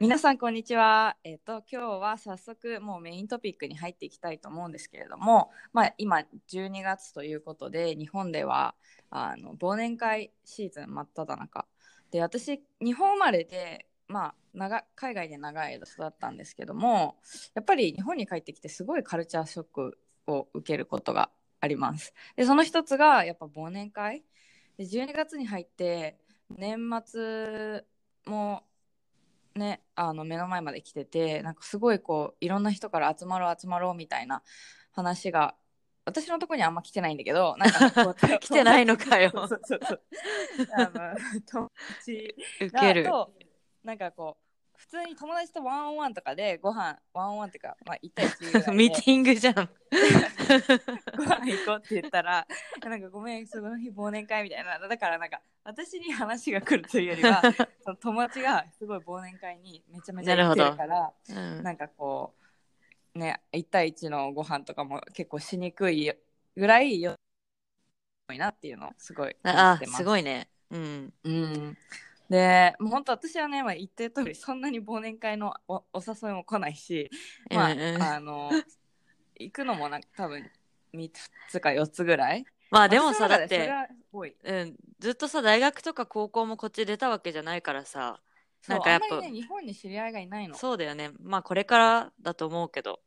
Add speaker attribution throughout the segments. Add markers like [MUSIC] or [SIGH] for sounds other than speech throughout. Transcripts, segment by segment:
Speaker 1: 皆さんこんにちは。えっ、と今日は早速もうメイントピックに入っていきたいと思うんですけれども、まあ今12月ということで日本ではあの忘年会シーズン真っ只中で私日本生まれでまあ長海外で長い間育ったんですけども、やっぱり日本に帰ってきてすごいカルチャーショックを受けることがあります。でその一つがやっぱ忘年会で12月に入って年末もね、あの目の前まで来ててなんかすごいこういろんな人から集まろう集まろうみたいな話が私のとこにあんま来てないんだけどなん
Speaker 2: [LAUGHS]
Speaker 1: かこう
Speaker 2: 来てないのかよ
Speaker 1: そうそうそうそうあの友達
Speaker 2: 受
Speaker 1: がとなんかこう普通に友達とワンオンワンとかでご飯ワンオンワンっていうか、まあ、一対一ぐらいで
Speaker 2: ィングじゃん。
Speaker 1: ご飯行こうって言ったらなんかごめんその日忘年会みたいなだからなんか私に話が来るというよりはその友達がすごい忘年会にめちゃめちゃ行ってるから
Speaker 2: うん
Speaker 1: なんかこうね1対1のご飯とかも結構しにくいぐらいよ多いなっていうのをすごい感じてます
Speaker 2: ごいね。うん。
Speaker 1: うん、でもう本当私はね、まあ、言ってる通りそんなに忘年会のおお誘いも来ないし、まあ
Speaker 2: うんうん
Speaker 1: あの行くのもなんか多分3つか4つぐらい
Speaker 2: まあ
Speaker 1: あ
Speaker 2: でもさ、だっ
Speaker 1: それ
Speaker 2: て、
Speaker 1: は多い
Speaker 2: うん、ずっとさ、大学とか高校もこっち出たわけじゃないからさ、
Speaker 1: そ
Speaker 2: な
Speaker 1: う
Speaker 2: んかやっぱ
Speaker 1: あんまりね日本に知り合いがいないの
Speaker 2: そうだよね。まあこれからだと思うけど。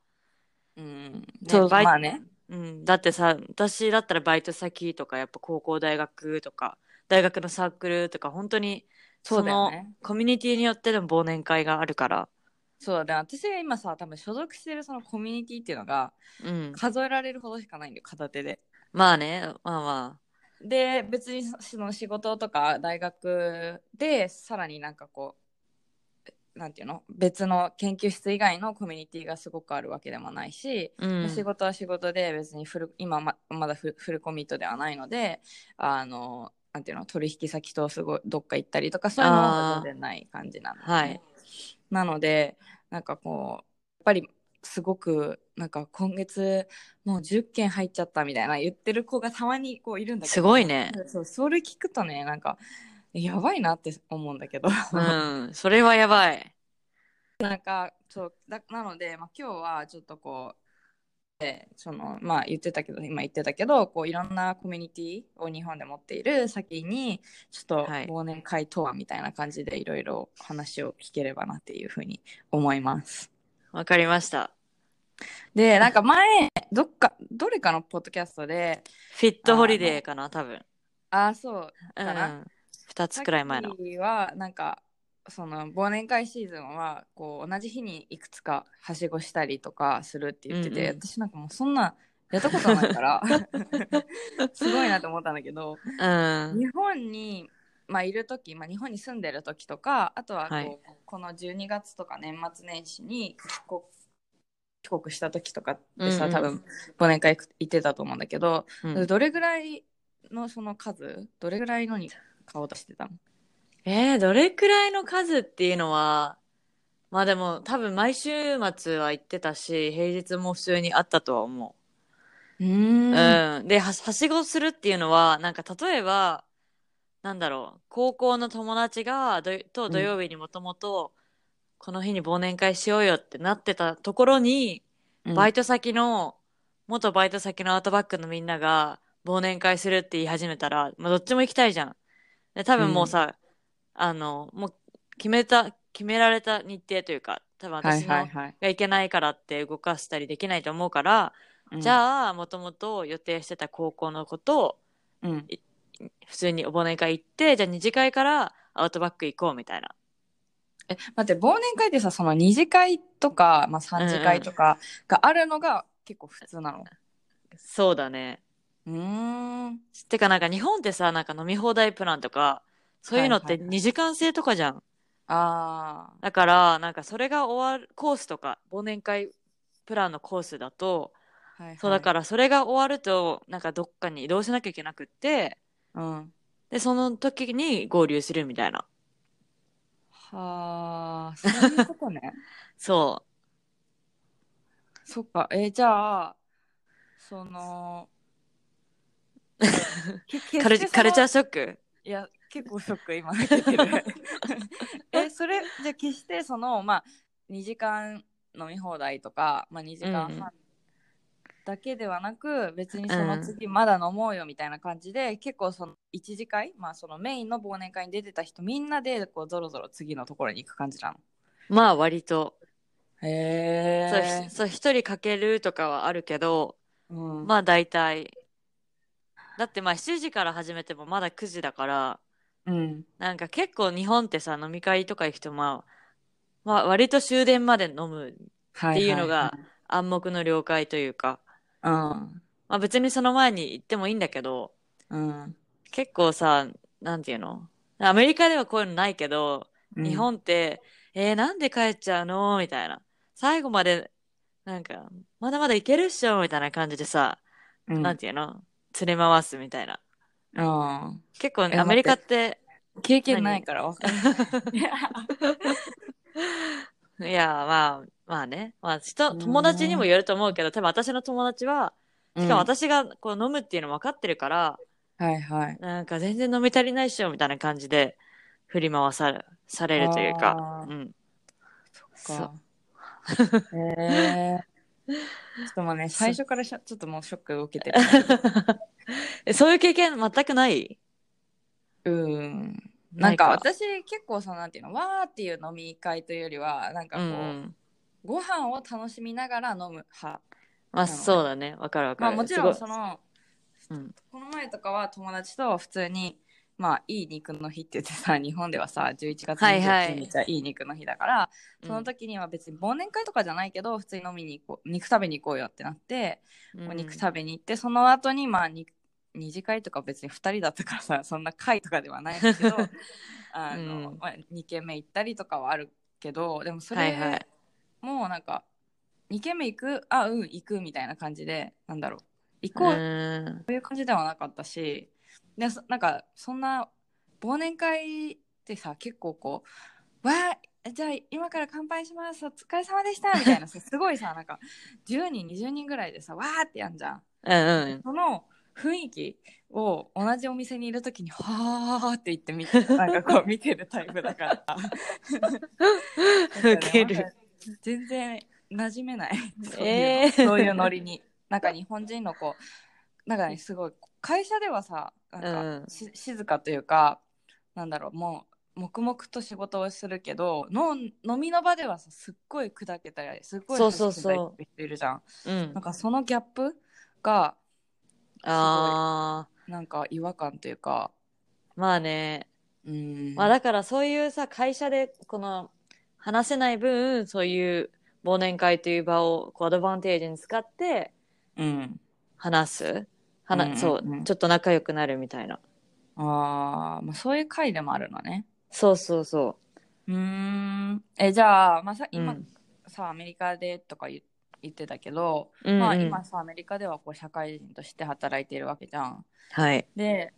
Speaker 1: うん、ね
Speaker 2: そうバイ
Speaker 1: まあね
Speaker 2: うん、だってさ私だったらバイト先とかやっぱ高校大学とか大学のサークルとか本当に
Speaker 1: そうだよ
Speaker 2: その
Speaker 1: ね
Speaker 2: コミュニティによってでも忘年会があるから、
Speaker 1: そうだ、ね、私が今さ多分所属してるそのコミュニティっていうのが
Speaker 2: うん、
Speaker 1: 数えられるほどしかないんだよ片手で
Speaker 2: まあねまあま
Speaker 1: で別にその仕事とか大学でさらになんかこうなんていうの別の研究室以外のコミュニティがすごくあるわけでもないし、
Speaker 2: あ、うん、
Speaker 1: 仕事は仕事で別にフル今ままだフルフルコミットではないのであのなんていうの取引先とすごいどっか行ったりとかそういうのは全然ない感じなの、ね
Speaker 2: はい
Speaker 1: なのでなんかこうやっぱりすごくなんか今月もう10件入っちゃったみたいな言ってる子がたまにこういるんだけど
Speaker 2: すごい
Speaker 1: [LAUGHS]
Speaker 2: ね、
Speaker 1: そうそれ聞くとねなんかやばいなって思うんだけど、 [LAUGHS]
Speaker 2: うん、それはやばい
Speaker 1: なんかそうだなので、まあ、今日はちょっとこうでそのまあ言ってたけど今言ってたけどこういろんなコミュニティを日本で持っている先にちょっと
Speaker 2: はい
Speaker 1: 忘年会とはみたいな感じでいろいろ話を聞ければなっていうふうに思います。
Speaker 2: わかりました
Speaker 1: でなんか前どっかどれかのポッドキャストで
Speaker 2: フィットホリデーかな多分、
Speaker 1: ああそう
Speaker 2: うん、
Speaker 1: かな
Speaker 2: 2つくらい前の
Speaker 1: さっきはなんかその忘年会シーズンはこう同じ日にいくつかはしごしたりとかするって言ってて、
Speaker 2: うんうん
Speaker 1: 私なんかもうそんなやったことないから
Speaker 2: [LAUGHS]
Speaker 1: すごいなと思ったんだけど
Speaker 2: うん
Speaker 1: 日本に、まあ、いる時、まあ、日本に住んでる時とかあとはこう、
Speaker 2: はい
Speaker 1: この12月とか年末年始に帰国帰国した時とかってさ、
Speaker 2: うんうん
Speaker 1: 多分忘年会行く行ってたと思うんだけど、
Speaker 2: うん
Speaker 1: どれぐらいのその数どれぐらいのに顔出してたの
Speaker 2: えー、どれくらいの数っていうのはまあでも多分毎週末は行ってたし平日も普通にあったとは思う
Speaker 1: うーん
Speaker 2: うん、でははしごするっていうのはなんか例えばなんだろう高校の友達がどと
Speaker 1: うん
Speaker 2: 土曜日にもともとこの日に忘年会しようよってなってたところに、バイ
Speaker 1: ト
Speaker 2: ト先の元バイト先のアウトバックのみんなが忘年会するって言い始めたら、まあ、どっちも行きたいじゃん。で多分もうさ、あのもう決めた決められた日程というか多分私の
Speaker 1: はいはいはい
Speaker 2: が行けないからって動かしたりできないと思うから、
Speaker 1: うん、
Speaker 2: じゃあもともと予定してた高校のことを
Speaker 1: うん、
Speaker 2: 普通にお忘年会行ってじゃあ二次会からアウトバック行こうみたいな
Speaker 1: え待って忘年会ってさその二次会とか、まあ、三次会とかがあるのが結構普通なの
Speaker 2: そうだね
Speaker 1: うーん
Speaker 2: てかなんか日本ってさなんか飲み放題プランとかそういうのっ
Speaker 1: は
Speaker 2: て
Speaker 1: いはい
Speaker 2: 2時間制とかじゃん、
Speaker 1: ああ
Speaker 2: だからなんかそれが終わるコースとか忘年会プランのコースだと、
Speaker 1: はいはい
Speaker 2: そうだからそれが終わるとなんかどっかに移動しなきゃいけなくって
Speaker 1: うん
Speaker 2: でその時に合流するみたいな
Speaker 1: はあそういうことね [LAUGHS]
Speaker 2: そ
Speaker 1: そっかえーじゃあ
Speaker 2: [LAUGHS]
Speaker 1: そのけ決し
Speaker 2: う
Speaker 1: てその
Speaker 2: カルカルチャーショック
Speaker 1: いや結構ショック今受けてる [LAUGHS] えそれじゃあ決してそのまあ2時間飲み放題とか、まあ、2時間
Speaker 2: うんうん
Speaker 1: 半だけではなく、別にそうの
Speaker 2: ん
Speaker 1: 次まだ飲もうよみたいな感じで、結構その一次会、まあ、そのメインの忘年会に出てた人みんなでこうぞろぞろ次のところに行く感じなの
Speaker 2: まあ割と
Speaker 1: へ
Speaker 2: そうひそう一人かけるとかはあるけど
Speaker 1: うん
Speaker 2: まあ大体だってまあ7時から始めてもまだ9時だから
Speaker 1: うん
Speaker 2: なんか結構日本ってさ飲み会とか行くとまあまあ割と終電まで飲む
Speaker 1: は
Speaker 2: っていうのが暗黙の了解というか、
Speaker 1: はい
Speaker 2: まあ、別にその前に行ってもいいんだけど
Speaker 1: うんうん
Speaker 2: 結構さなんていうのアメリカではこういうのないけど
Speaker 1: うん
Speaker 2: 日本って、えーなんで帰っちゃうのみたいな最後までなんかまだまだ行けるっしょみたいな感じでさ、
Speaker 1: うん
Speaker 2: なんていうの連れ回すみたいな
Speaker 1: うん
Speaker 2: 結構ね
Speaker 1: え
Speaker 2: アメリカって
Speaker 1: 経験ないからわかん [LAUGHS] ない
Speaker 2: いやまあまあね、まあ、人
Speaker 1: うん
Speaker 2: 友達にもよると思うけど多分私の友達はしかも
Speaker 1: うん
Speaker 2: 私がこう飲むっていうのも分かってるから、
Speaker 1: はいはい。
Speaker 2: なんか全然飲み足りないっしょみたいな感じで振り回されされるというか
Speaker 1: あ。ー
Speaker 2: うん。 [LAUGHS] そ
Speaker 1: か。 [LAUGHS] えー、ちょっともうね、最初からしょちょっともうショックを受け [LAUGHS] てる。
Speaker 2: うそういう経験全くない
Speaker 1: うん。なんか
Speaker 2: ない
Speaker 1: 私結構そのなんていうの、わーっていう飲み会というよりは、なんか
Speaker 2: う
Speaker 1: こう、
Speaker 2: んうん。
Speaker 1: ご飯を楽しみながら飲む派。
Speaker 2: まあ
Speaker 1: なのね
Speaker 2: そうだね。わかるわ
Speaker 1: ま
Speaker 2: か
Speaker 1: あ
Speaker 2: る。
Speaker 1: もちろん
Speaker 2: す
Speaker 1: そ
Speaker 2: ごい
Speaker 1: の、
Speaker 2: うん
Speaker 1: この前とかは友達と普通に、まあいい肉の日って言ってさ、日本ではさ、11月
Speaker 2: はいはい
Speaker 1: 21日はいい肉の日だから、その時には別に忘年会とかじゃないけど、普通に飲みに行こう、肉食べに行こうよってなって、
Speaker 2: うん
Speaker 1: お肉食べに行って、その後にまあに二次会とか別に2人だったからさ [LAUGHS] そんな会とかではないんだ
Speaker 2: [LAUGHS]
Speaker 1: けどあの、
Speaker 2: うん
Speaker 1: まあ、2軒目行ったりとかはあるけどでもそ
Speaker 2: はいはい
Speaker 1: れもうなんか、2軒目行くあうん行くみたいな感じでなんだろう行こうっ
Speaker 2: うん
Speaker 1: ていう感じではなかったし、でそなんかそんな忘年会ってさ結構こう「わあじゃあ今から乾杯しますお疲れ様でした」みたいなさすごいさなんか10人20人ぐらいでさわーってやんじゃん。
Speaker 2: うんうん。
Speaker 1: その雰囲気を同じお店にいるときに「はーって言って
Speaker 2: [LAUGHS]
Speaker 1: みてなんかこう見てるタイプだから [LAUGHS]
Speaker 2: ウ [LAUGHS] ケる
Speaker 1: なんか全然馴染
Speaker 2: [LAUGHS]
Speaker 1: めないそういう,、
Speaker 2: えー
Speaker 1: そういうノリになんか日本人のこうなんかねすごい会社ではさなん
Speaker 2: うん
Speaker 1: かし、静かというかなんだろうもう黙々と仕事をするけどの飲みの場ではさすっごい砕けたりすっごい
Speaker 2: そうそうそう
Speaker 1: ふざけたりしてる人いるじゃん
Speaker 2: うん
Speaker 1: なん。かそのギャップが
Speaker 2: ああ。
Speaker 1: なんか違和感というか、
Speaker 2: まあね。
Speaker 1: うん
Speaker 2: まあだからそういうさ、会社でこの話せない分、そういう忘年会という場をこうアドバンテージに使って、
Speaker 1: うん、
Speaker 2: 話す話、
Speaker 1: うんうんうん
Speaker 2: そうちょっと仲良くなるみたいな
Speaker 1: あー、まあ、そういう回でもあるのね。
Speaker 2: そうそうそう
Speaker 1: ーん、え、じゃあ、まあ、さ、
Speaker 2: う
Speaker 1: 今、
Speaker 2: うん
Speaker 1: さ、アメリカでとか言言ってたけど、
Speaker 2: うんうん
Speaker 1: まあ、今さ、アメリカではこう社会人として働いているわけじゃん。
Speaker 2: はい
Speaker 1: で、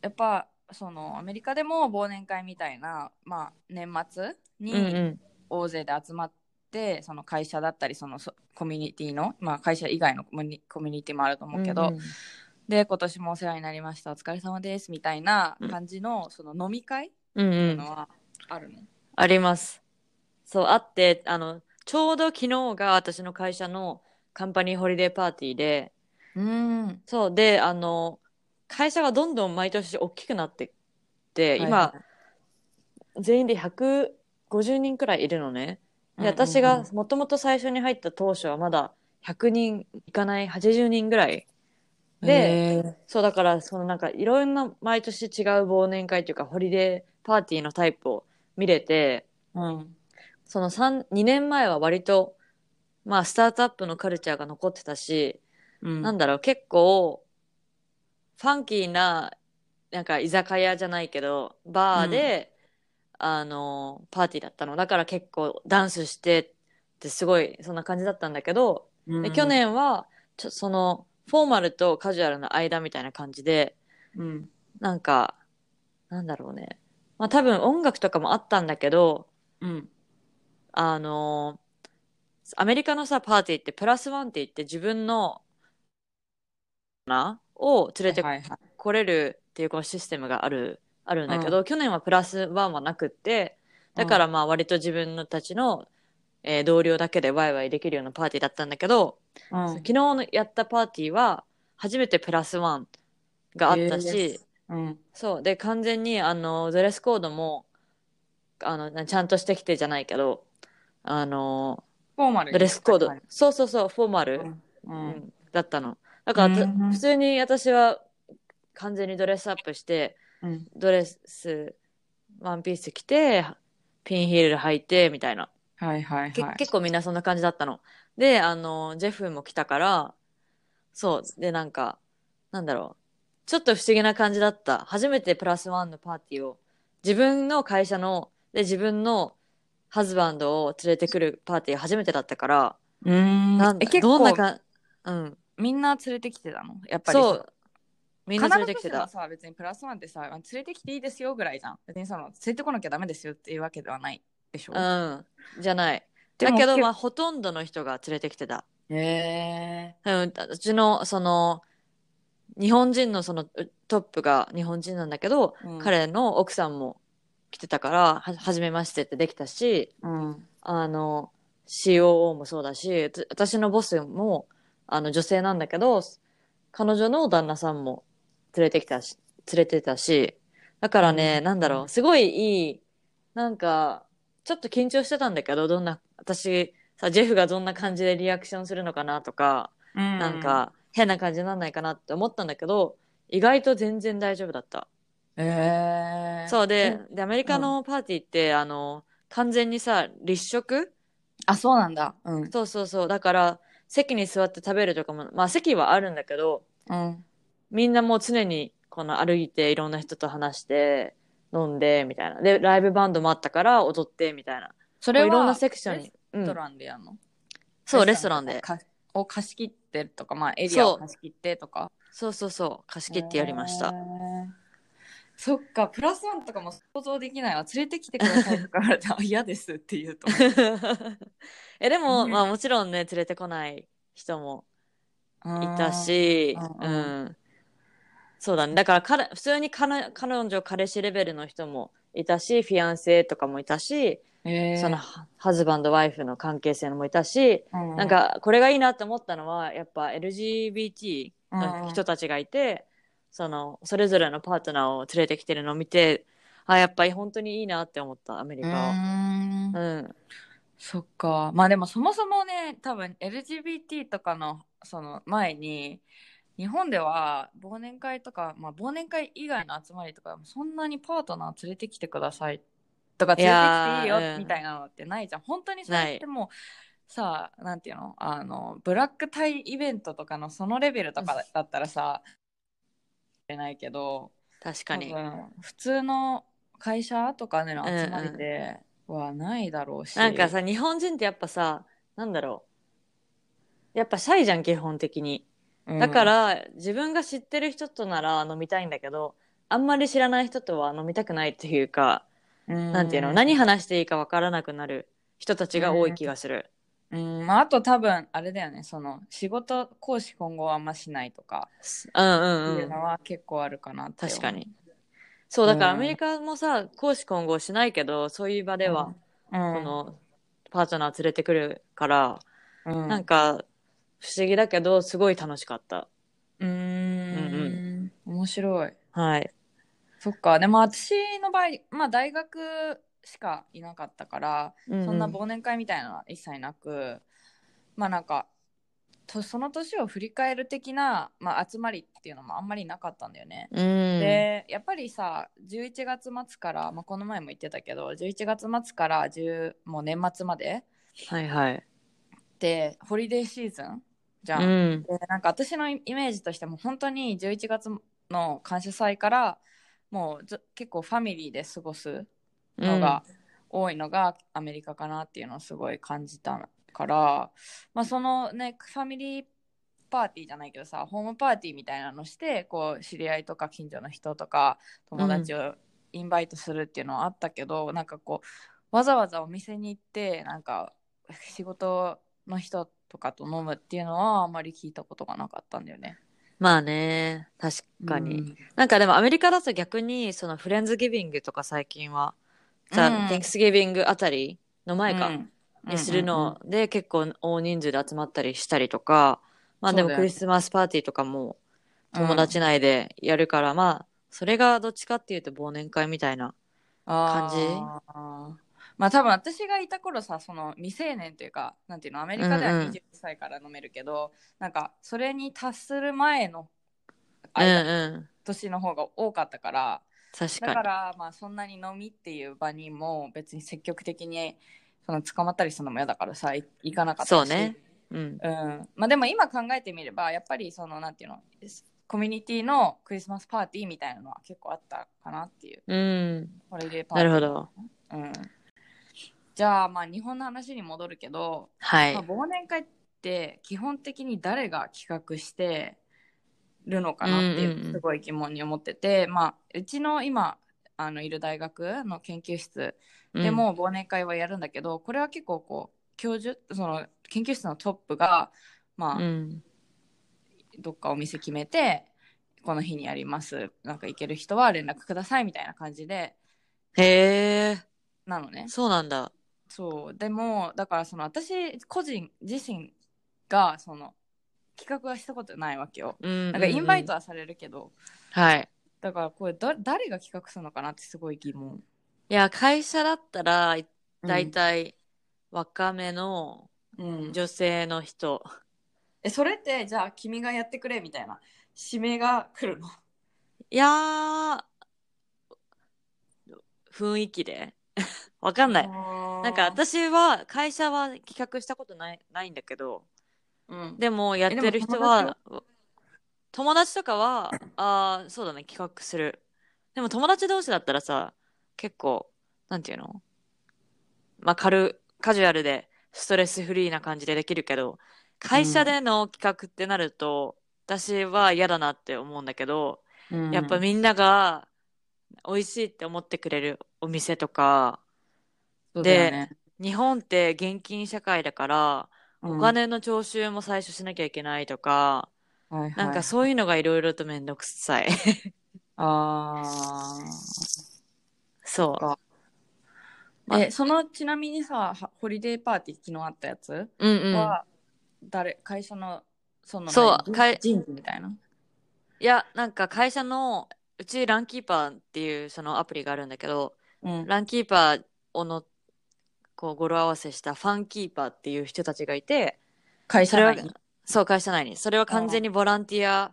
Speaker 1: やっぱ、そのアメリカでも忘年会みたいな、まあ、年末に、
Speaker 2: うんうん
Speaker 1: 大勢で集まってその会社だったりそのそコミュニティのまあ会社以外のコミュニコミュニティもあると思うけど、
Speaker 2: うんうん
Speaker 1: で今年もお世話になりましたお疲れ様ですみたいな感じの、その飲み会っ
Speaker 2: うん
Speaker 1: ていう
Speaker 2: うん
Speaker 1: のはあるの、
Speaker 2: ありますそうあってあのちょうど昨日が私の会社のカンパニーホリデーパーティーで
Speaker 1: うん、うん
Speaker 2: そうであの会社がどんどん毎年大きくなってって、今全員で150人くらいいるのねで私がもともと最初に入った当初はまだ100人いかない80人ぐらいでそうだからそのなんかいろんな毎年違う忘年会というかホリデーパーティーのタイプを見れて
Speaker 1: うん
Speaker 2: その3 2年前は割とまあスタートアップのカルチャーが残ってたし、
Speaker 1: うん
Speaker 2: なんだろう結構ファンキーななんか居酒屋じゃないけどバーで、あの、パーティーだったの。だから結構ダンスしてってすごい、そんな感じだったんだけど、で去、年は、ちょ、その、フォーマルとカジュアルの間みたいな感じで、
Speaker 1: うん
Speaker 2: なんか、なんだろうね。まあ多分音楽とかもあったんだけど、
Speaker 1: うん
Speaker 2: あのーアメリカのさ、パーティーってプラスワンって言って自分の、な、を連れて
Speaker 1: はいはい
Speaker 2: 来れるっていうこのシステムがある、あるんだけど、去年はプラスワンはなくって、だからまあ割と自分たちの、えー同僚だけでワイワイできるようなパーティーだったんだけど、
Speaker 1: うん
Speaker 2: 昨日のやったパーティーは初めてプラスワンがあったし、
Speaker 1: へーうん
Speaker 2: そう。で、完全に、あの、ドレスコードも、あの、なちゃんとしてきてじゃないけど、あの、
Speaker 1: フォーマル
Speaker 2: ドレスコード
Speaker 1: はい、
Speaker 2: そうそうそう、フォーマル、
Speaker 1: う
Speaker 2: うんん、だったの。だから、た
Speaker 1: うん
Speaker 2: 普通に私は完全にドレスアップして、
Speaker 1: うん
Speaker 2: ドレス、ワンピース着て、ピンヒール履いて、みたいな。
Speaker 1: はいはい
Speaker 2: け
Speaker 1: はい
Speaker 2: 結構みんなそんな感じだったの。で、あの、ジェフも来たから、そう、で、なんか、なんだろう。ちょっと不思議な感じだった。初めてプラスワンのパーティーを、自分の会社の、で、自分のハズバンドを連れてくるパーティー初めてだったから、
Speaker 1: うー
Speaker 2: なんん
Speaker 1: え結
Speaker 2: どんな
Speaker 1: 構
Speaker 2: か、うん、
Speaker 1: みんな連れてきてたのやっぱり
Speaker 2: そう、みんな連れてきて
Speaker 1: 必ず
Speaker 2: た
Speaker 1: し。もさ別にプラスワンってさ連れてきていいですよぐらいじゃん別にその連れてこなきゃダメですよっていうわけではないでしょ
Speaker 2: うん、じゃない。
Speaker 1: で
Speaker 2: だ
Speaker 1: も
Speaker 2: けど、
Speaker 1: け
Speaker 2: まあ、ほとんどの人が連れてきてた。
Speaker 1: へえ
Speaker 2: うん、うちの、その、日本人のそのうトップが日本人なんだけど、
Speaker 1: うん
Speaker 2: 彼の奥さんも来てたから、は、はじめましてってできたし、
Speaker 1: うん
Speaker 2: あの、COO もそうだし、つ私のボスも、あの、女性なんだけど、彼女の旦那さんも連れてきたし、連れてたし、だからね、
Speaker 1: うん
Speaker 2: なんだろう、すごいいい、なんか、ちょっと緊張してたんだけど、どんな、私、さ、ジェフがどんな感じでリアクションするのかなとか、
Speaker 1: な
Speaker 2: なんか変な感じにならないかなって思ったんだけど、意外と全然大丈夫だった。
Speaker 1: へえ
Speaker 2: そうで、で、アメリカのパーティーって、あの、完全にさ、立食
Speaker 1: あそうなんだうん
Speaker 2: そうそうそう。だから、席に座って食べるとかも、まあ席はあるんだけど、
Speaker 1: うん
Speaker 2: みんなもう常にこの歩いていろんな人と話して、飲んで、みたいな。で、ライブバンドもあったから踊って、みたいな。
Speaker 1: そ
Speaker 2: こう
Speaker 1: れはい
Speaker 2: ろんなセクションに。う
Speaker 1: レ
Speaker 2: ん
Speaker 1: ストランでやるの
Speaker 2: そう、レストランで。
Speaker 1: かを貸し切ってとかまあエリアを貸し切ってとか
Speaker 2: そうそうそう。貸し切ってやりまし
Speaker 1: へ
Speaker 2: た。
Speaker 1: ーそっかプラスワンとかも想像できないわ連れてきてく [LAUGHS] ださいとか言われたらあ嫌ですって言うと思う
Speaker 2: [LAUGHS] え、でも、
Speaker 1: ね
Speaker 2: まあもちろんね、連れてこない人もいたし、
Speaker 1: う
Speaker 2: うんん。
Speaker 1: う
Speaker 2: そうだね。だから彼、普通に彼彼女、彼氏レベルの人もいたし、フィアンセとかもいたし、
Speaker 1: うんへー
Speaker 2: その、ハズバンド、ワイフの関係性もいたし、
Speaker 1: う
Speaker 2: なんか、これがいいなって思ったのは、やっぱ LGBT の人たちがいて、その、それぞれのパートナーを連れてきてるのを見て、あ、やっぱり本当にいいなって思った、アメリ
Speaker 1: う
Speaker 2: カは。
Speaker 1: ーん
Speaker 2: うん。
Speaker 1: そっかまあでもそもそもね多分 LGBT とかのその前に日本では忘年会とか、まあ、忘年会以外の集まりとかそんなにパートナー連れてきてくださいとか
Speaker 2: い
Speaker 1: 連れ
Speaker 2: や
Speaker 1: てきて
Speaker 2: ー
Speaker 1: いいよ
Speaker 2: うん
Speaker 1: みたいなのってないじゃん本当にそれってもうさあなんていうのあのブラックタイイベントとかのそのレベルとかだったらされないけど
Speaker 2: 確かに
Speaker 1: 多。分普通の会社とかでの集まりではないだろうし、
Speaker 2: なんかさ、日本人ってやっぱさ、なんだろう。やっぱシャイじゃん、基本的に。
Speaker 1: うん、
Speaker 2: だから、自分が知ってる人となら飲みたいんだけど、あんまり知らない人とは飲みたくないっていうか、
Speaker 1: な
Speaker 2: なんていうの、何話していいかわからなくなる人たちが多い気がする。
Speaker 1: うん、まあ、あと多分、あれだよね、その、仕事、講師今後はあんましないとか、
Speaker 2: うん
Speaker 1: いううん
Speaker 2: うん。
Speaker 1: のは結構あるかなって思う
Speaker 2: 確かに。。そう、だから
Speaker 1: う
Speaker 2: ア
Speaker 1: ん
Speaker 2: メリカもさ、公私混合しないけど、そういう場では、
Speaker 1: うん、
Speaker 2: この、パートナー連れてくるから、
Speaker 1: うん、
Speaker 2: なんか、不思議だけど、すごい楽しかった。
Speaker 1: うーん、面白い。
Speaker 2: はい。
Speaker 1: そっか、でも私の場合、まあ、大学しかいなかったから、そんな忘年会みたいなのは一切なく、まあなんか、とその年を振り返る的な、まあ、集まりっていうのもあんまりなかったんだよね。
Speaker 2: うん、
Speaker 1: でやっぱりさ11月末から、まあ、この前も言ってたけど11月末から10もう年末まで
Speaker 2: はいはい。
Speaker 1: でホリデーシーズンじゃん、
Speaker 2: うん。
Speaker 1: でなんか私のイメージとしても本当に11月の感謝祭からもうず結構ファミリーで過ごすのが多いのがアメリカかなっていうのをすごい感じたから、まあ、そのねファミリーパーティーじゃないけどさホームパーティーみたいなのしてこう知り合いとか近所の人とか友達をインバイトするっていうのはあったけど、なんかこうわざわざお店に行ってなんか仕事の人とかと飲むっていうのはあんまり聞いたことがなかったんだよね。
Speaker 2: まあね、確かに。なんかでもアメリカだと逆に、そのフレンズギビングとか最近は、さ、
Speaker 1: うん
Speaker 2: Thanksgiving あたりの前か、
Speaker 1: うん
Speaker 2: にするので結構大人数で集まったりしたりとか、まあでも
Speaker 1: そうだよね
Speaker 2: クリスマスパーティーとかも友達内でやるから、まあ、それがどっちかっていうと忘年会みたいな。
Speaker 1: 感
Speaker 2: じ
Speaker 1: まあ多分私がいた頃さその未成年というかなんていうのアメリカで
Speaker 2: うん
Speaker 1: は
Speaker 2: うん
Speaker 1: 20歳から飲めるけど、なんかそれに達する前の
Speaker 2: うん
Speaker 1: 間、
Speaker 2: うん。
Speaker 1: 年の方が多かったから
Speaker 2: 確
Speaker 1: だ
Speaker 2: か
Speaker 1: からまあそんなに飲みっていう場にも別に積極的にその捕まったりするのも嫌だからさい行かなかったし
Speaker 2: そうねに。うん。
Speaker 1: うんまあ、でも今考えてみればやっぱりそのなんていうのコミュニティのクリスマスパーティーみたいなのは結構あったかなっていう
Speaker 2: うん。
Speaker 1: これでパー
Speaker 2: なる
Speaker 1: ティー
Speaker 2: ほど。
Speaker 1: うん、じゃあまあ日本の話に戻るけど、
Speaker 2: はい
Speaker 1: まあ、。忘年会って基本的に誰が企画してるのかなって
Speaker 2: うんうん
Speaker 1: いううんすごい疑問に思ってて、まあうちの今あのいる大学の研究室でも忘年会はやるんだけど、これは結構こう教授その研究室のトップがまあ、
Speaker 2: うん、うん。
Speaker 1: どっかお店決めてこの日にやりますなんか行ける人は連絡くださいみたいな感じで
Speaker 2: へ
Speaker 1: なのね
Speaker 2: え、。そうなんだ。
Speaker 1: そうでもだからその私個人自身がその企画はしたことないわけよ
Speaker 2: うんうんうん。
Speaker 1: なんかインバイトはされるけど、
Speaker 2: はい。
Speaker 1: だからこれだ誰が企画するのかなってすごい疑問
Speaker 2: いや、会社だったら、大
Speaker 1: 体、
Speaker 2: 体、若めの
Speaker 1: うん
Speaker 2: 女性の人。
Speaker 1: えそれってじゃあ君がやってくれみたいな指名が来るの
Speaker 2: いやー、雰囲気で。 [LAUGHS] わかんない。な
Speaker 1: なん
Speaker 2: か私は、会社は企画したことない、ないんだけど、
Speaker 1: うん、
Speaker 2: でもやっ
Speaker 1: え
Speaker 2: て
Speaker 1: で
Speaker 2: る
Speaker 1: も
Speaker 2: 人
Speaker 1: 友
Speaker 2: は、友達とかは、ああ、そうだね、企画する。でも友達同士だったらさ、結構、なんていうのまあ、軽、カジュアルで、ストレスフリーな感じでできるけど、会社での企画ってなると、私は嫌だなって思うんだけど、
Speaker 1: うん
Speaker 2: やっぱみんなが美味しいって思ってくれるお店とか、
Speaker 1: そうだよね
Speaker 2: 日本って現金社会だから、
Speaker 1: うん
Speaker 2: お金の徴収も最初しなきゃいけないとか、
Speaker 1: はいはい
Speaker 2: なんかそういうのがいろいろとめんどくさい。 [LAUGHS]
Speaker 1: あー
Speaker 2: そ
Speaker 1: か
Speaker 2: ま
Speaker 1: えそのちなみにさはホリデーパーティー昨日あったやつ
Speaker 2: う。うんうん。
Speaker 1: は誰会社のその
Speaker 2: そう
Speaker 1: 何
Speaker 2: 会
Speaker 1: 人事みたいない
Speaker 2: や、なんか会社の、うちランキーパーっていうそのアプリがあるんだけど、
Speaker 1: うん
Speaker 2: ランキーパーをの、こう語呂合わせしたファンキーパーっていう人たちがいて、
Speaker 1: 会
Speaker 2: そ
Speaker 1: 社
Speaker 2: れは
Speaker 1: 内に、
Speaker 2: そう、会社内に。それは完全にボランティア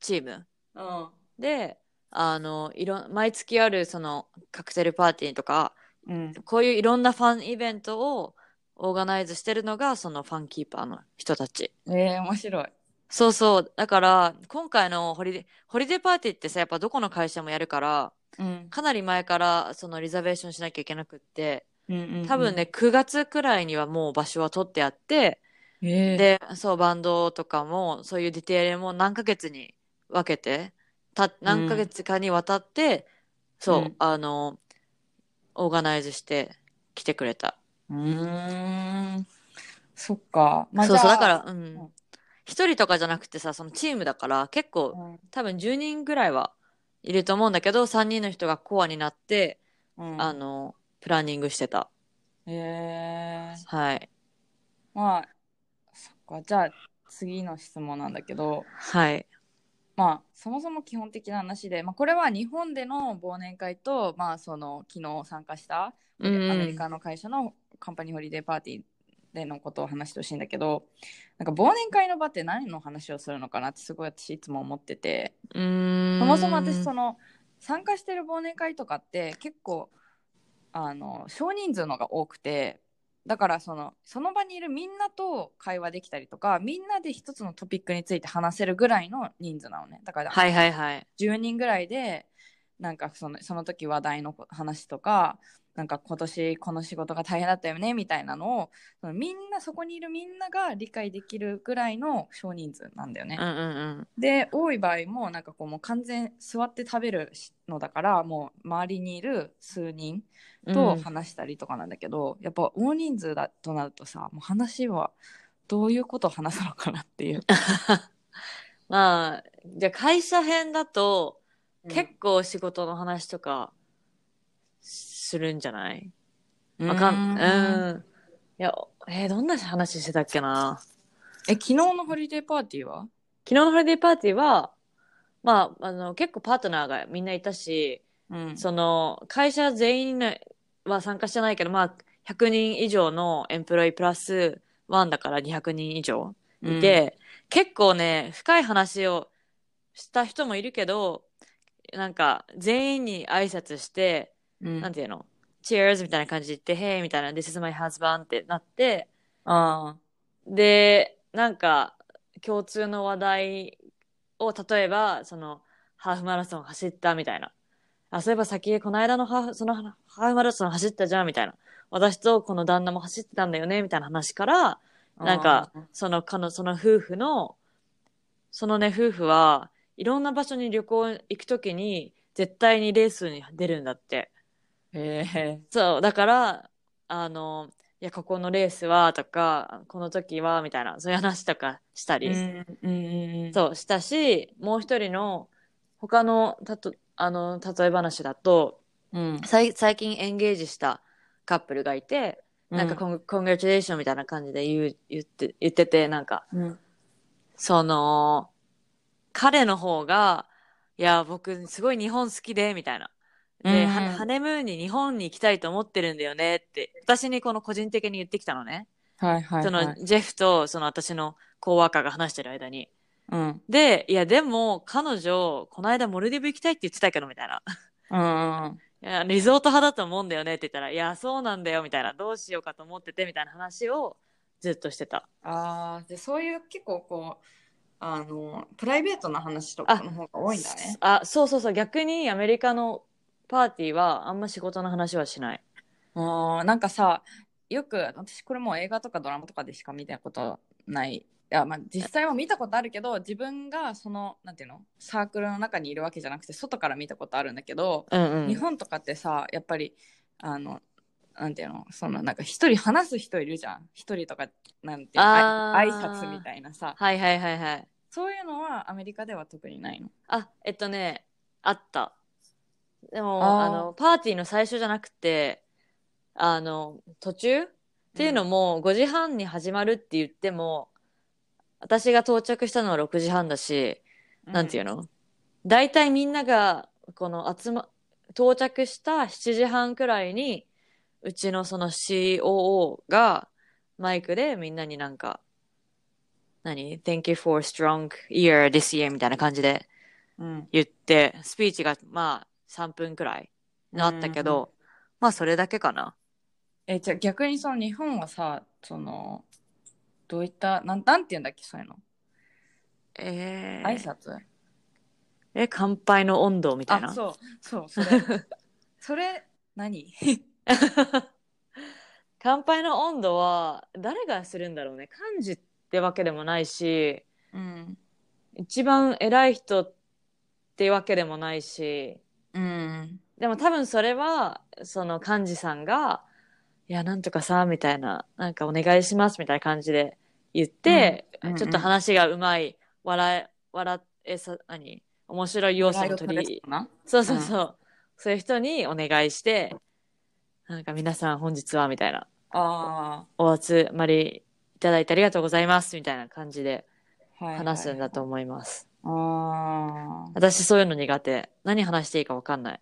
Speaker 2: チーム。
Speaker 1: うん
Speaker 2: で、あの、いろん、毎月あるそのカクテルパーティーとか、
Speaker 1: うん、
Speaker 2: こういういろんなファンイベントをオーガナイズしてるのがそのファンキーパーの人たち。
Speaker 1: えー、面白い
Speaker 2: そうそう。だから、今回のホリデー、ホリデーパーティーってさ、やっぱどこの会社もやるから、
Speaker 1: うん
Speaker 2: かなり前からそのリザベーションしなきゃいけなくって、
Speaker 1: うんうんうん
Speaker 2: 多分ね、9月くらいにはもう場所は取ってあって、
Speaker 1: えー、
Speaker 2: で、そう、バンドとかも、そういうディテールも何ヶ月に分けて、た、何ヶ月かにわたって、そう、
Speaker 1: うん
Speaker 2: あの、オーガナイズして来てくれた。
Speaker 1: うーんそっか、まあ
Speaker 2: そうそう、
Speaker 1: じゃあ
Speaker 2: だから、う
Speaker 1: うんん。
Speaker 2: 一人とかじゃなくてさ、そのチームだから、結構、多分10人ぐらいはいると思うんだけど、3人の人がコアになって、
Speaker 1: うんうん
Speaker 2: あの、プランニングしてた。
Speaker 1: えー、
Speaker 2: はい。
Speaker 1: まあそっかじゃあ次の質問なんだけど
Speaker 2: はい。
Speaker 1: まあそもそも基本的な話で、まあ、これは日本での忘年会と、まあ、その昨日参加したア
Speaker 2: うん
Speaker 1: メリカの会社のカンパニーホリデーパーティーでのことを話してほしいんだけどなんか忘年会の場って何の話をするのかなってすごい私いつも思ってて
Speaker 2: うーん。
Speaker 1: そもそも私その参加してる忘年会とかって結構あの少人数のが多くてだからそのその場にいるみんなと会話できたりとかみんなで一つのトピックについて話せるぐらいの人数なのねだから
Speaker 2: はいはいはい。
Speaker 1: 10人ぐらいでなんかそのその時話題のこ話とかなんか今年この仕事が大変だったよねみたいなのをそのみんなそこにいるみんなが理解できるぐらいの少人数なんだよね。
Speaker 2: うんうん
Speaker 1: で多い場合もなんかこうもう完全座って食べるのだからもう周りにいる数人
Speaker 2: うん。う
Speaker 1: と
Speaker 2: ん
Speaker 1: 話したりとかなんだけど、やっぱ大人数だとなるとさもう話はどういうことを話すのかなっていう。
Speaker 2: まあ、じゃあ会社編だと、
Speaker 1: 結
Speaker 2: 結構仕事の話とかするんじゃない
Speaker 1: 構
Speaker 2: わかん、うん。いや、えーどんな話してたっけな
Speaker 1: え昨日のホリデーパーティーは
Speaker 2: 昨日のホリデーパーティーは、まあ、あの、結構パートナーがみんないたし、
Speaker 1: うん
Speaker 2: その、会社全員のは参加してないけど、まあ、100人以上のエンプロイプラス1だから200人以上いて、結構ね、深い話をした人もいるけど、なんか、全員に挨拶して、
Speaker 1: うん、
Speaker 2: なんていうの ?Cheers! みたいな感じで言って、Hey! みたいな、This is my husband! ってなって、
Speaker 1: あ
Speaker 2: で、なんか、共通の話題を、例えば、その、ハーフマラソン走ったみたいな。あ、そういえば先、この間のハーフ、そのハーフマラソン走ったじゃんみたいな。私とこの旦那も走ってたんだよねみたいな話から、
Speaker 1: ー
Speaker 2: なんか、その、かの、その夫婦の、そのね、夫婦は、いろんな場所に旅行行くときに、絶対にレースに出るんだって。
Speaker 1: へえ
Speaker 2: そう、だから、あの、いや、ここのレースは、とか、この時は、みたいな、そういう話とかしたり、
Speaker 1: うんうんうん
Speaker 2: そう、したし、もう一人の、他の、たと、あの、例え話だと、
Speaker 1: うん
Speaker 2: さい最近エンゲージしたカップルがいて、なんかコン、コングラチュレーションみたいな感じで言う、言って、言ってて、なんか、
Speaker 1: うん
Speaker 2: その、彼の方が、いや、僕、すごい日本好きで、みたいな。で、
Speaker 1: うん
Speaker 2: はハネムーンに日本に行きたいと思ってるんだよねって、私にこの個人的に言ってきたのね。
Speaker 1: はいはい、はい、
Speaker 2: その、ジェフと、その私のコーワーカーが話してる間に。
Speaker 1: うん
Speaker 2: で、いや、でも、彼女、この間モルディブ行きたいって言ってたけど、みたいな。 [LAUGHS]
Speaker 1: うんうん
Speaker 2: いや、リゾート派だと思うんだよねって言ったら、いや、そうなんだよ、みたいな。どうしようかと思ってて、みたいな話をずっとしてた。
Speaker 1: ああでそういう結構こうあのプライベートな話とかの方が多いんだね
Speaker 2: あ、そうそうそう。逆にアメリカのパーティーはあんま仕事の話はしない。
Speaker 1: あーなんかさよく私これもう映画とかドラマとかでしか見たことないいや、まあ、実際は見たことあるけど自分がそのなんていうのサークルの中にいるわけじゃなくて外から見たことあるんだけど、
Speaker 2: うんう
Speaker 1: 日本とかってさやっぱりあのなんていうのそのなんか一人話す人いるじゃん一人とかなんていうの
Speaker 2: あ
Speaker 1: 挨
Speaker 2: ー
Speaker 1: 拶みたいなさ
Speaker 2: はいはいはいはい。
Speaker 1: そういうのはアメリカでは特にないの。
Speaker 2: あ、えっとね、あった。でも、
Speaker 1: あ
Speaker 2: あ
Speaker 1: ー
Speaker 2: の、パーティーの最初じゃなくて、あの、途中っていうのも、5時半に始まるって言っても、私が到着したのは6時半だし、なんていう
Speaker 1: の、
Speaker 2: の大体みんなが、この集ま、到着した7時半くらいに、うちのその COO がマイクでみんなになんか、何 ?Thank you for a strong year this year みたいな感じで
Speaker 1: うん、
Speaker 2: 言って、スピーチがまあ3分くらいあったけど、まあそれだけかな。
Speaker 1: えじゃあ逆にその日本はさそのどういったなんなんていうんだっけそういうの
Speaker 2: えー
Speaker 1: 挨拶、
Speaker 2: え、乾杯の温度みたいな。
Speaker 1: あそうそうそ
Speaker 2: [LAUGHS]
Speaker 1: れそれ何
Speaker 2: 乾杯の温度は誰がするんだろうね。漢字ってわけでもないし、
Speaker 1: うん
Speaker 2: 一番偉い人ってわけでもないし、
Speaker 1: うん
Speaker 2: でも多分それは、その幹事さんが、いや、なんとかさ、みたいな、なんかお願いします、みたいな感じで言って、
Speaker 1: うんうん
Speaker 2: ちょっと話がうまい、笑え、笑え、さ、何面白い要素を取り、
Speaker 1: な
Speaker 2: そうそうそう、そういう人にお願いして、なんか皆さん本日は、みたいな、
Speaker 1: あ
Speaker 2: お集まりいただいてありがとうございます、みたいな感じで
Speaker 1: あ、はいはい
Speaker 2: 話すんだと思います。
Speaker 1: ああ
Speaker 2: 私そういうの苦手。何話していいか分かんない。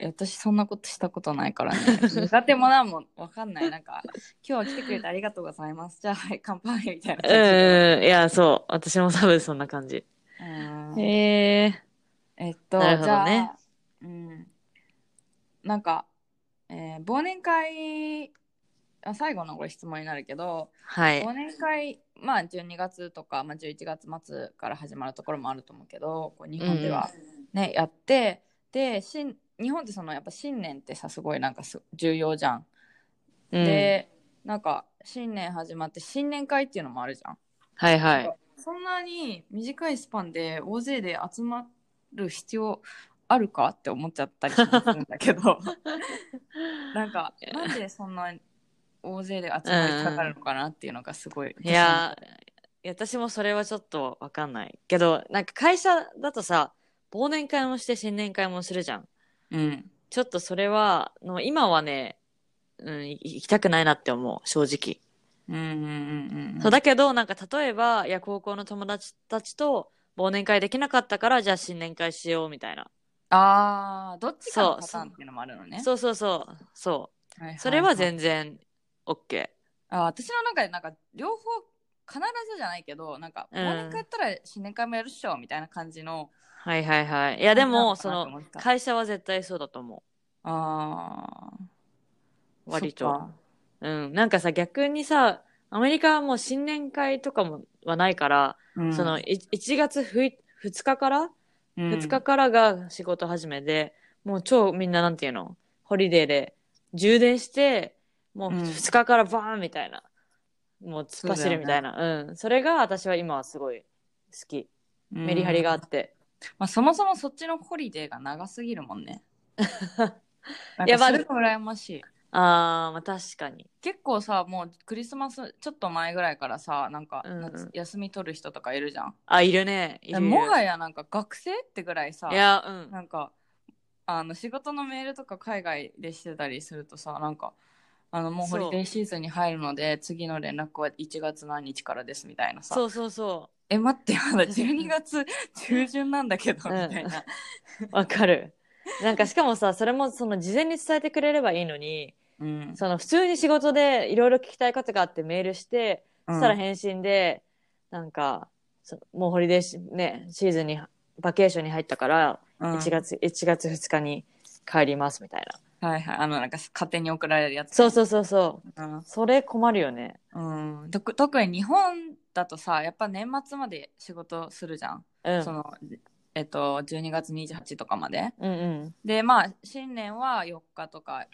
Speaker 1: え私そんなことしたことないからね苦手もなんもわかんないなんか今日は来てくれてありがとうございますじゃあはい乾杯みた
Speaker 2: う
Speaker 1: いな感じで
Speaker 2: ん、いや、そう。私も多分そんな感じ。
Speaker 1: うん
Speaker 2: へえ。
Speaker 1: えっと、
Speaker 2: なるほ
Speaker 1: じ
Speaker 2: ど
Speaker 1: ゃ
Speaker 2: ね
Speaker 1: あ、うん、なんか、えー忘年会あ最後のこれ質問になるけど、
Speaker 2: はい
Speaker 1: 忘。年会まあ12月とか、まあ、11月末から始まるところもあると思うけどこう日本ではね、やってで新日本ってそのやっぱ新年ってさすごいなんかす重要じゃん。
Speaker 2: うん、
Speaker 1: でなんか新年始まって新年会っていうのもあるじゃん。
Speaker 2: はいはい。
Speaker 1: そんなに短いスパンで大勢で集まる必要あるかって思っちゃったりもするんだ
Speaker 2: [LAUGHS]
Speaker 1: けどなんかなんでそんな大勢で集まりかかるのかなっていうのがすごい。
Speaker 2: いやー、私もそれはちょっとわかんない。けど、なんか会社だとさ、忘年会もして新年会もするじゃん。
Speaker 1: うん
Speaker 2: ちょっとそれは、の今はね、うん、い行きたくないなって思う、正直。
Speaker 1: うんうんうんうん
Speaker 2: そうだけど、なんか例えば、いや、高校の友達たちと忘年会できなかったから、じゃあ新年会しようみたいな。
Speaker 1: ああどっちかのパ
Speaker 2: そ
Speaker 1: タ
Speaker 2: う
Speaker 1: ーンっていうのもあるのね。
Speaker 2: そうそうそう。そう。
Speaker 1: はいはいい
Speaker 2: それは全然 OK。
Speaker 1: あ私の中でなんか両方必ずじゃないけどなんか
Speaker 2: うん
Speaker 1: 忘年会やったら新年会もやるっしょみたいな感じの。
Speaker 2: はいはいはい。いや、でも、そ
Speaker 1: 感じ
Speaker 2: の、
Speaker 1: なのかなと思った
Speaker 2: 会社は絶対そうだと思
Speaker 1: ああ
Speaker 2: う。割
Speaker 1: そっ
Speaker 2: と。
Speaker 1: か
Speaker 2: うん。なんかさ、逆にさ、アメリカはもう新年会とかもはないから、
Speaker 1: うん
Speaker 2: その、い1月 2, 2日から
Speaker 1: うん
Speaker 2: 2日からが仕事始めで、もう超みんななんていうのホリデーで充電してもう
Speaker 1: うん
Speaker 2: 2日からバーンみたいな、もう突っ
Speaker 1: そう
Speaker 2: 走
Speaker 1: だ
Speaker 2: る
Speaker 1: よね
Speaker 2: みたいなう、ん、それが私は今はすごい好きメリハリがあ
Speaker 1: うん
Speaker 2: って、
Speaker 1: まあ、そもそもそっちのホリデーが長すぎるも
Speaker 2: [LAUGHS]
Speaker 1: んね
Speaker 2: いや
Speaker 1: や
Speaker 2: まあ
Speaker 1: ばい羨ましい
Speaker 2: あーまあ確かに
Speaker 1: 結構さもうクリスマスちょっと前ぐらいからさなんか
Speaker 2: うんうん
Speaker 1: 夏休み取る人とかいるじゃん、
Speaker 2: あいるねいるいる
Speaker 1: もはやなんか学生ってぐらいさ
Speaker 2: いやうん
Speaker 1: なんかあの仕事のメールとか海外でしてたりするとさなんかあのもうホ
Speaker 2: そう
Speaker 1: リデーシーズンに入るので次の連絡は1月何日からですみたいなさ
Speaker 2: そうそうそ
Speaker 1: え待ってまだ12月中旬なんだけど
Speaker 2: うん
Speaker 1: みたいな、
Speaker 2: うわかるなんかしかもさそれもその事前に伝えてくれればいいのに
Speaker 1: うん
Speaker 2: その普通に仕事でいろいろ聞きたいことがあってメールしてそしたら返信で、なんか、そもうホリデーシ,、ね、シーズンに、バケーションに入ったから、
Speaker 1: うん
Speaker 2: 1月、1月2日に帰りますみたいな。
Speaker 1: はいはいあのなんか勝手に送られるやつ
Speaker 2: そうそうそうそう。
Speaker 1: う
Speaker 2: それ困るよね。
Speaker 1: ん、うん、とく特に日本だとさやっぱ年末まで仕事するじゃん、
Speaker 2: うん。
Speaker 1: そのえっと12月28とかまで
Speaker 2: うんうん。
Speaker 1: でまあ新年は4日とか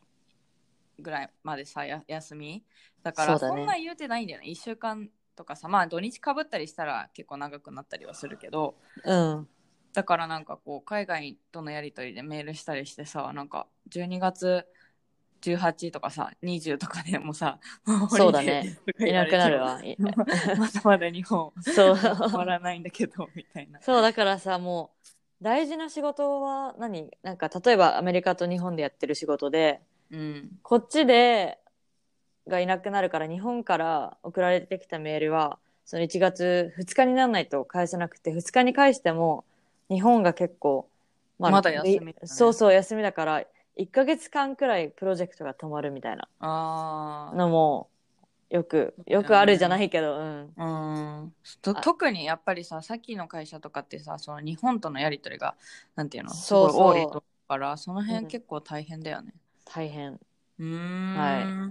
Speaker 1: ぐらいまでさや休みだから
Speaker 2: そうだ
Speaker 1: そ
Speaker 2: ね
Speaker 1: んな言うてないんだよね1週間とかさまあ土日かぶったりしたら結構長くなったりはするけど
Speaker 2: うん。
Speaker 1: だからなんかこう海外とのやり取りでメールしたりしてさなんか12月18とかさ20とかでもさ
Speaker 2: そうだね
Speaker 1: ホ
Speaker 2: い
Speaker 1: リデー
Speaker 2: なくなるわ。い
Speaker 1: [LAUGHS] まだまだ日本 [LAUGHS]
Speaker 2: そう。
Speaker 1: 終わらないんだけどみたいな
Speaker 2: そう、だからさ、もう、大事な仕事は何なんか、例えばアメリカと日本でやってる仕事で、
Speaker 1: うん
Speaker 2: こっちで、がいなくなるから、日本から送られてきたメールは、その1月2日にならないと返せなくて、2日に返しても、日本が結構、
Speaker 1: まだ休みだね
Speaker 2: でそうそう、休みだから、1ヶ月間くらいプロジェクトが止まるみたいな
Speaker 1: ああ
Speaker 2: のも、よく、よくあるじゃないけど、うん。
Speaker 1: うんと
Speaker 2: あ
Speaker 1: 特にやっぱりささっきの会社とかってさその日本とのやり取りがなんていうのす
Speaker 2: そ
Speaker 1: ご
Speaker 2: うそう
Speaker 1: い多いと思うからその
Speaker 2: うん
Speaker 1: 辺結構大変だよね。
Speaker 2: 大変。
Speaker 1: うーん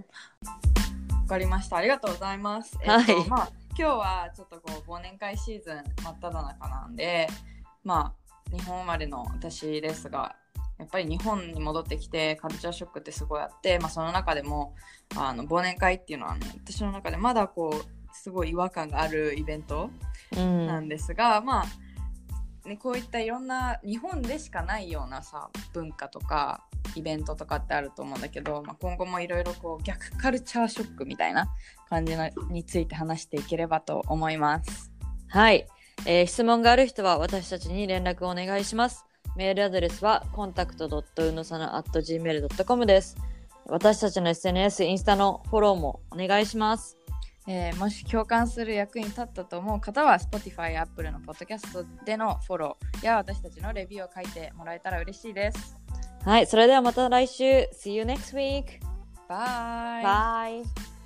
Speaker 2: はい
Speaker 1: わかりましたありがとうございます。
Speaker 2: はい
Speaker 1: えっとまあ、今日はちょっとこう忘年会シーズン真っ只中なんでまあ日本生まれの私ですがやっぱり日本に戻ってきてカルチャーショックってすごいあって、まあ、その中でもあの忘年会っていうのは、ね、私の中でまだこうすごい違和感があるイベント
Speaker 2: うん。
Speaker 1: なんですが、まあ、ね、こういったいろんな日本でしかないようなさ文化とかイベントとかってあると思うんだけど、まあ、今後もいろいろこう逆カルチャーショックみたいな感じのについて話していければと思います。
Speaker 2: はい、えー質問がある人は私たちに連絡をお願いします。メールアドレスは contact.unosana.gmail.com です。私たちの SNS、インスタのフォローもお願いします。
Speaker 1: えーもし共感する役に立ったと思う方は Spotify や Apple のポッドキャストでのフォローや私たちのレビューを書いてもらえたら嬉しいです。
Speaker 2: はい、それではまた来週。See you next week!
Speaker 1: Bye!
Speaker 2: Bye!